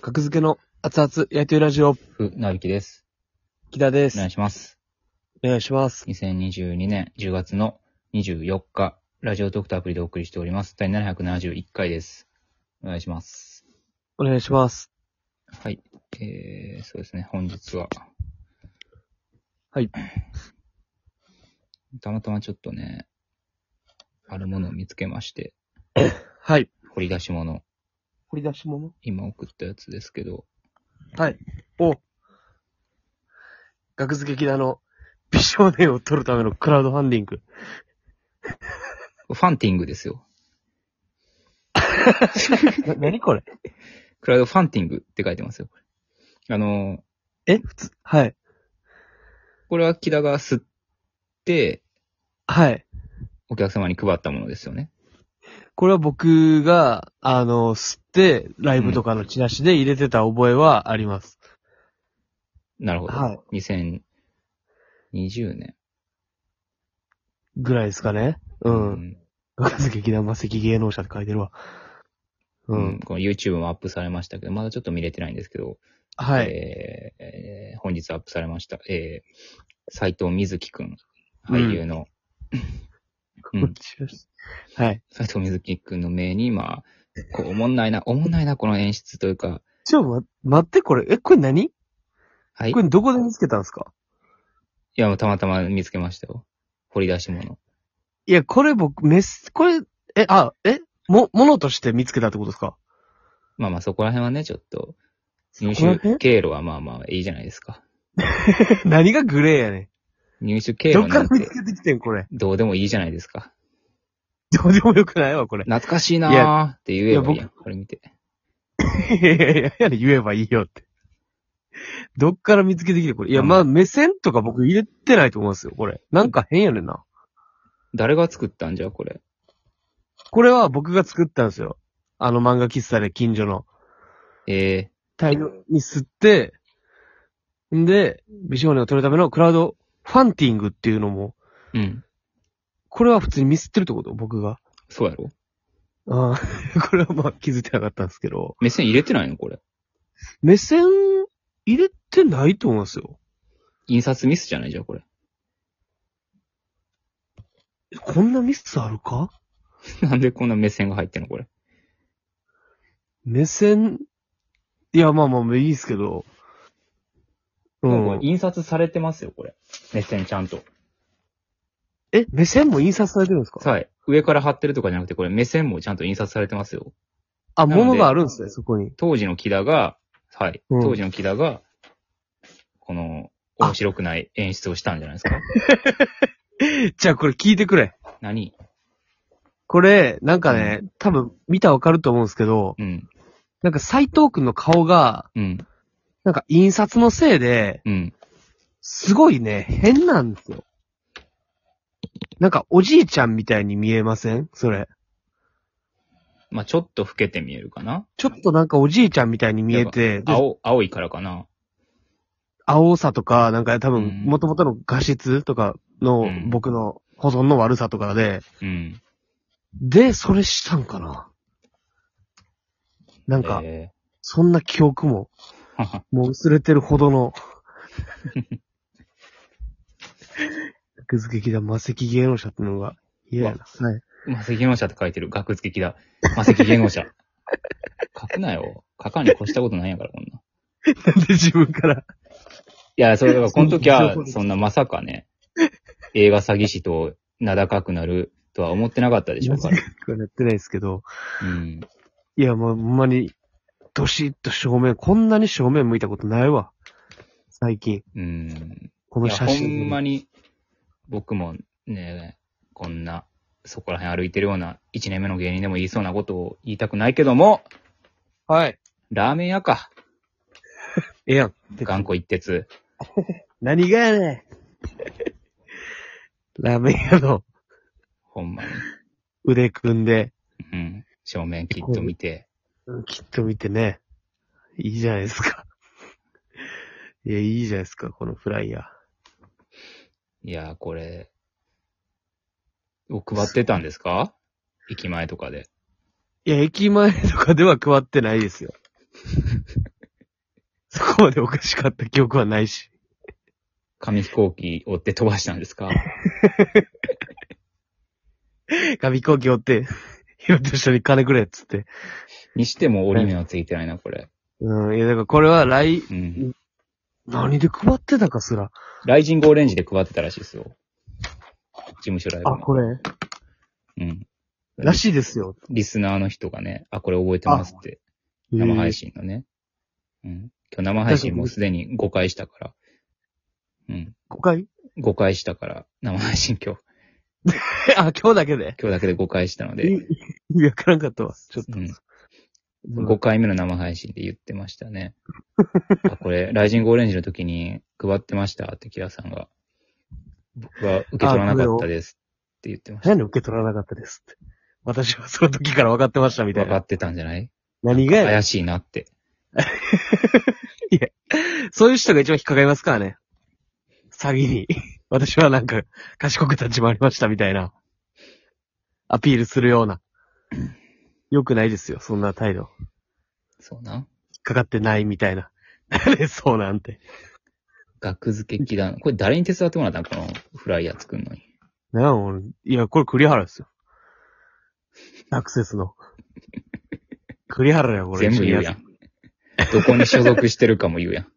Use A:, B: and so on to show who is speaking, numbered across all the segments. A: 格付けの熱々焼いてるラジオ、
B: ふ、なびきです。
A: 木田で
B: お
A: す
B: 願い。します。
A: お願いします。
B: 2022年10月の24日、ラジオドクターアプリでお送りしております。第771回です。お願いします。
A: お願いします。
B: はい。えー、そうですね、本日は。
A: はい。
B: たまたまちょっとね、あるものを見つけまして、
A: はい。
B: 掘り出し物、
A: 掘り出し物
B: 今送ったやつですけど、
A: はい。お格付け木田の美少年を取るためのクラウドファンディング。
B: ファンティングですよ。
A: な、なにこれ
B: クラウドファンティングって書いてますよ、これ。あのー、
A: え普通はい。
B: これは木田が吸って、
A: はい。
B: お客様に配ったものですよね。
A: これは僕が、あの、吸って、ライブとかのチラシで入れてた覚えはあります。
B: なるほど。
A: はい
B: 2020年。
A: ぐらいですかね。うん。
B: ん。
A: 格付け木田魔石芸能者って書いてるわ。う。
B: うんん。この YouTube もアップされましたけど、まだちょっと見れてないんですけど、
A: はい。
B: えーえー本日アップされました、えー、斎藤瑞希くん、俳優の、うん
A: こっちですはい。
B: 斎藤瑞希くんの名に、まあ、こう、おもんないな、おもんないな、この演出というか、
A: ちょ、ま、待って、これ。え、これ何
B: はい。い
A: これどこで見つけたんですか
B: や、もうたまたま見つけましたよ。掘り出し物。
A: いや、これ僕、メス、これ、え、あ、え、も、ものとして見つけたってことですか
B: まあまあ、そこら辺はね、ちょっと、入
A: こら辺
B: 手経路はまあまあ、いいじゃないですか。
A: 何がグレーやね
B: 入手経
A: ん。ど
B: 路
A: っか
B: な
A: ら
B: ん
A: 見
B: て
A: つ、けてきてん、これ。
B: どうでもいいじゃないですか。
A: どうでもよくないわ、これ。
B: 懐かしいなーって言えばい
A: い
B: い
A: や
B: やん。これ見て。
A: いやいやいやいや、言えばいいよって。どっから見つけてきて、これ。いや、
B: うん
A: まあ、目線とか僕入れてないと思うんですよ、これ。なんか変やねんな。
B: 誰が作ったんじゃ、これ。
A: これは僕が作ったんですよ。あの漫画喫茶で近所の。
B: え
A: 大量に吸って、んで、美少年を取るためのクラウドファンティングっていうのも、
B: ー、うん。
A: これは普通にミスってるってこと僕が。
B: そうやろ
A: ああ、 これはまあ気づいてなかったんですけど。
B: 目線入れてないのこれ。
A: 目線入れてないと思うんですよ。
B: 印刷ミスじゃないじゃん、これ。
A: こんなミスあるか
B: なんでこんな目線が入ってんのこれ。
A: 目線、いや、まあまあまあいいですけど。う
B: もうこれ
A: ん。
B: 印刷されてますよ、これ。目線ちゃんと。
A: え、目線も印刷されてるんですか
B: はい。上から貼ってるとかじゃなくて、これ目線もちゃんと印刷されてますよ。
A: あ、
B: なので
A: 物があるんですね、そこに。
B: 当時の木田が、はい。
A: うん
B: 当時の木田が、この、面白くない演出をしたんじゃないですか。
A: じゃあこれ聞いてくれ。
B: 何
A: これ、なんかね、多分見たらわかると思うんですけど、
B: うん。
A: なんか斎藤くんの顔が、
B: うん。
A: なんか印刷のせいで、
B: うん。
A: すごいね、変なんですよ。なんかおじいちゃんみたいに見えませんそれ。
B: まあ、ちょっと老けて見えるかな
A: ちょっとなんかおじいちゃんみたいに見えて、で
B: 青、青いからかな
A: 青さとか、なんか多
B: う
A: 分
B: ん、
A: 元々の画質とかの
B: うん
A: 僕の保存の悪さとかで、
B: うん。
A: で、それしたんかななんか、
B: え
A: そんな記憶も、
B: ー
A: もう薄れてるほどの。格付け劇団魔石芸能者ってのが嫌やな。はい。
B: 魔石芸能者って書いてる。学付きだ。魔石芸 能者。書くなよ。書かんに越したことないんやから、こんな。い
A: なんで自分から。
B: や、 それが、この時は
A: そうそう、そう
B: そんなまさかね、映画詐欺師と名高くなるとは思ってなかったでしょうから。
A: やってないですけど。
B: うん。
A: いや、もうほんまに、どしっと正面、こんなに正面向いたことないわ。最近。
B: うん。
A: こ
B: い
A: の
B: や、
A: 写
B: ほ
A: 真。
B: んまに、僕もね、こんな、そこら辺歩いてるような、一年目の芸人でも言いそうなことを言いたくないけども、
A: はい。
B: ラーメン屋か。
A: ええやん。
B: 頑固一徹。
A: 何がやねん。ラーメン屋の
B: ほんまに。
A: 腕組んで、
B: うん。正面きっと見て。
A: きっと見てね。いいじゃないですか。 いや、いいじゃないですか、このフライヤー。
B: いやー、これ、を配ってたんですか駅前とかで。
A: いや、駅前とかでは配ってないですよ。 そこまでおかしかった記憶はないし。
B: 紙飛行機追って飛ばしたんですか
A: 紙飛行機追って、拾って人に金くれっつって。
B: にしても折り目はついてないな、これ。
A: うん、いやだからこれは来、
B: うん。
A: 何で配ってたかすら。
B: ライジングオレンジで配ってたらしいですよ。事務所ライブ
A: あ、
B: の。
A: これ、
B: うん。
A: らしいですよ。
B: リスナーの人がね、あ、これ覚えてますって。生配信のね。うん。今日生配信もうすでに5回したから。うん。
A: 5回
B: 5回したから、生配信今日、
A: あ、今日だけで。
B: 今日だけで5回したの
A: い
B: で、
A: 意味わからんかったわ。ちょっと。
B: うん
A: うん
B: 5回目の生配信で言ってましたね。あこれ、ライジングオレンジの時に配ってましたってキラさんが、僕は受け取らなかったですって言ってまし
A: 何で受け取らなかったですって。私はその時から分かってましたみ
B: た。
A: た
B: 分
A: い
B: か
A: な。
B: ってたんじゃない
A: 何がや
B: 怪しいなって。
A: そういう人が一番引っかかりますからね。詐欺に。 私はなんか、賢く立ち回りましたみたいな。アピールするような。よくないですよ、そんな態度。引
B: そうな。
A: っかかってないみたいな。 誰そうなんて。
B: 額付け気団。これ誰に手伝ってもらったのこのフライヤー作るのに。
A: なあ、俺、いや、これ栗原ですよ。アクセスの。栗原よ、これ。
B: 全部言うやん。どこに所属してるかも言うやん。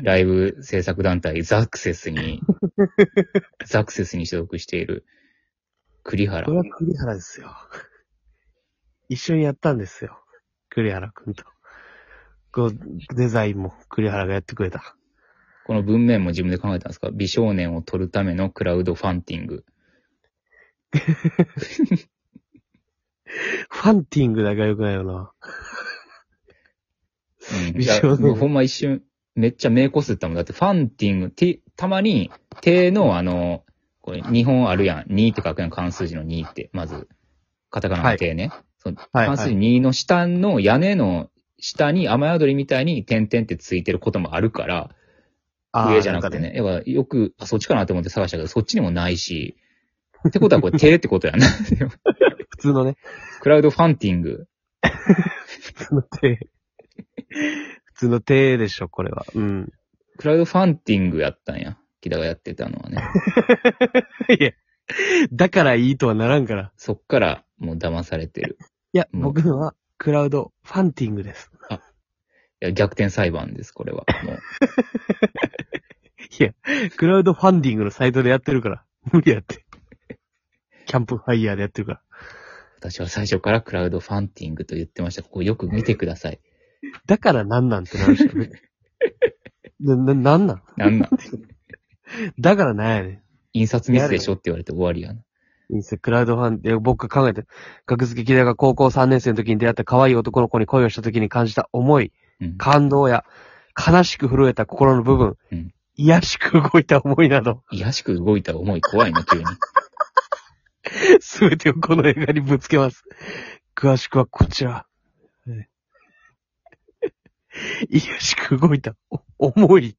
B: ライブ制作団体ザクセスに、ザクセスに所属している栗原
A: これ。は栗原ですよ。 一緒にやったんですよ。栗原くんと。こう、デザインも栗原がやってくれた。
B: この文面も自分で考えたんですか美少年を取るためのクラウドファンティング。
A: ファンティングだけは良くないよな。
B: うん、
A: 美少年
B: いやもうほんま一瞬、めっちゃ目こすったもん。だってファンティング、て、たまに、手のあの、これ日本あるやん。2って書くやん。関数字の2って。まず、カタカナの手ね。その
A: はい、
B: 関
A: は
B: 数
A: い。
B: 2の下の屋根の下に雨宿りみたいに点々ってついてることもあるから、
A: あー
B: 上じゃなくて。ね。やっぱよく、あ、そっちかなと思って探したけど、そっちにもないし。ってことはこれ手ってことや な。
A: 普通のね、
B: クラウドファンティング。
A: 普通の手。 普通の手でしょ、これは。うん。
B: クラウドファンティングやったんや。木田がやってたのは ね。
A: いや、だからいいとはならんから。
B: そっからもう騙されてる。
A: いや、
B: うん
A: 僕のは、クラウド、ファンティングです。
B: いや、逆転裁判です、これは。もう。
A: クラウドファンディングのサイトでやってるから。無理やって。キャンプファイヤーでやってるから。
B: 私は最初からクラウドファンティングと言ってました。ここよく見てください。
A: だからなんなんってなるし。 な、な、なんなん
B: なんなん
A: だからなんやね
B: 印刷ミスでしょって言われて終わりやな。
A: ん。いいっすよクラウドファンディング、僕が考えて、学付きキラが高校3年生の時に出会った可愛い男の子に恋をした時に感じた思い、
B: うん。
A: 感動や、悲しく震えた心の部分、
B: うん
A: 癒やしく動いた思いなど、
B: 癒やしく動いた思い怖いな、急に。
A: すべてをこの映画にぶつけます。詳しくはこちら。 えいやしく動いた、お思いって。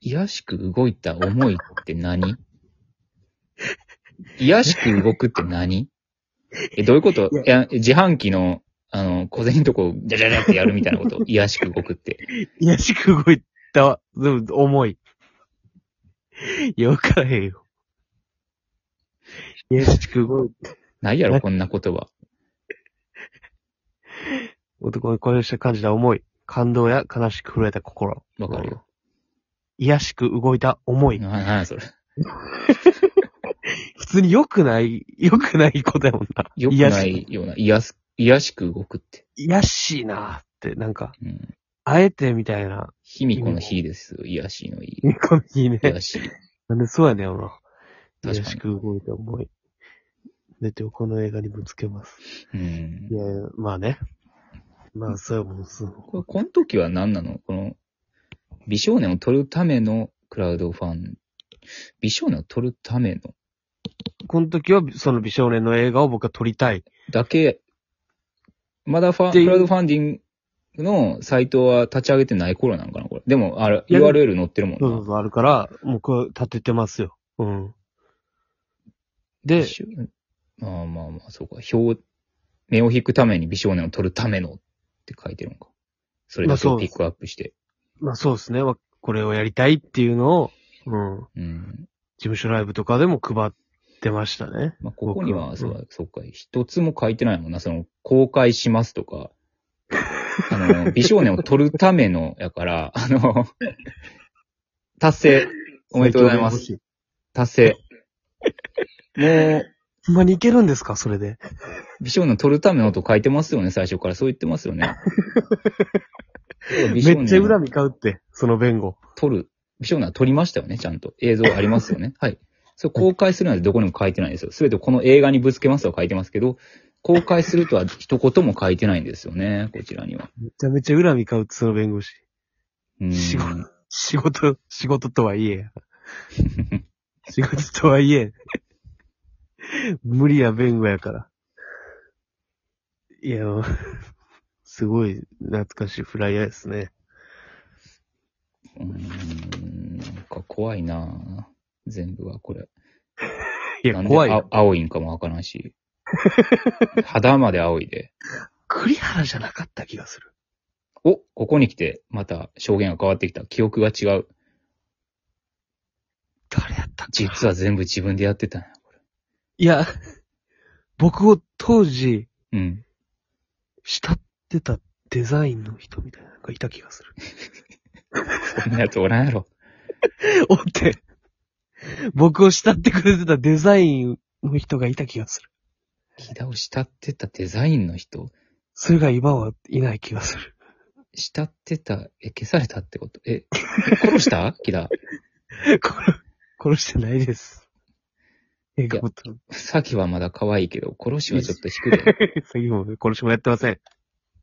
B: 癒やしく動いた思いって何癒やしく動くって何え、どういうこといや、自販機の、あの、小銭とこう、じゃじゃじゃってやるみたいなこと。癒やしく動くって。
A: いやしく動いた、でも思い。いや、わからへんよ。いやしく動いた。
B: ないやろ、こんな言葉。
A: 男に恋をした感じた思い。感動や悲しく震えた心。
B: わかるよ。
A: いやしく動いた思い。
B: な、なん やそれ。
A: 普通に良くない、良くないことやもんな。
B: よく
A: や
B: な
A: し
B: いような、癒やす、癒やしく動くって。
A: いやしいなって、なんか、
B: うん。
A: あえてみたいな。
B: 卑弥呼の日ですよ。癒やしのいい。
A: この日ね。
B: 癒やし。
A: なんでそうやねん、俺。
B: 確かに
A: 優しく動いた思い。出て、この映画にぶつけます。
B: うん
A: い。や、まあね。まあ、そうやもん、そう。
B: これ、この時は何なのこの、美少年を取るためのクラウドファン。美少年を取るための
A: この時は、その美少年の映画を僕は撮りたい。
B: だけ、まだファン、
A: っていう
B: クラウドファンディングのサイトは立ち上げてない頃なんかなこれ。でも、あれ、
A: いや
B: URL 載ってるも
A: そうそうん
B: な。
A: そう、あるから、もうこれ立ててますよ。うん。で、
B: 一緒まあまあまあ、そうか。表、目を引くために美少年を取るためのっって書いてるのか。それだけ
A: まあそ
B: を
A: う
B: ピ
A: で
B: ッ
A: す
B: クアップして。
A: まあそうですね。わこれをやりたいっていうのを、うん。事
B: うん。
A: 務所ライブとかでも配ってましたね。
B: まあ、ここに
A: 僕
B: は、
A: は
B: そうう、そっか、一つも書いてないもんな。その、公開します とか、あの、美少年を撮るための、やから、あの、達成、おめでとうございま
A: 最
B: す。
A: 強で欲し
B: 達成。もう、
A: ほんまにいけるんですかそれで。
B: 美少年を撮るためのと書いてますよね、最初から。そう言ってます よね。
A: めっちゃ恨
B: み。
A: み買うって、その弁護。
B: 撮る。美少年は撮りましたよね、ちゃんと。映像ありますよ ね。はい。それ公開するなんてどこにも書いてないんですよ。すべてこの映画にぶつけますとは書いてますけど、公開するとは一言も書いてないんですよね、こちらには。
A: めちゃめちゃ恨み買うって、その弁護士。
B: うん
A: 仕事仕事、仕事とはいえ。仕事とはいえ。無理や弁護やから。いや、すごい懐かしいフライヤーですね。
B: うんなんか怖いなぁ全部はこれ。
A: い
B: な
A: や、
B: んで
A: 怖いよ
B: あ。青いんかもわからんし。 肌まで青いで。
A: 栗原じゃなかった気がする。
B: お、ここに来て、また証言が変わってきた。記憶が違う。
A: 誰やったっけ
B: 実は全部自分でやってたんや。
A: いや、僕を当時、
B: うん。
A: 慕ってたデザインの人みたいなのがいた気がす る。
B: そんなやつおらんやろ。
A: おって、僕を慕ってくれてたデザインの人がいた気がする。
B: 木田を慕ってたデザインの人
A: それが今はいない気がする。
B: 慕ってた、え、消されたってことえ、殺した木田。
A: 殺、殺してないです。ええか、もっと。
B: 詐欺はまだ可愛いけど、殺しはちょっと低い。
A: 詐欺も殺しもやってません。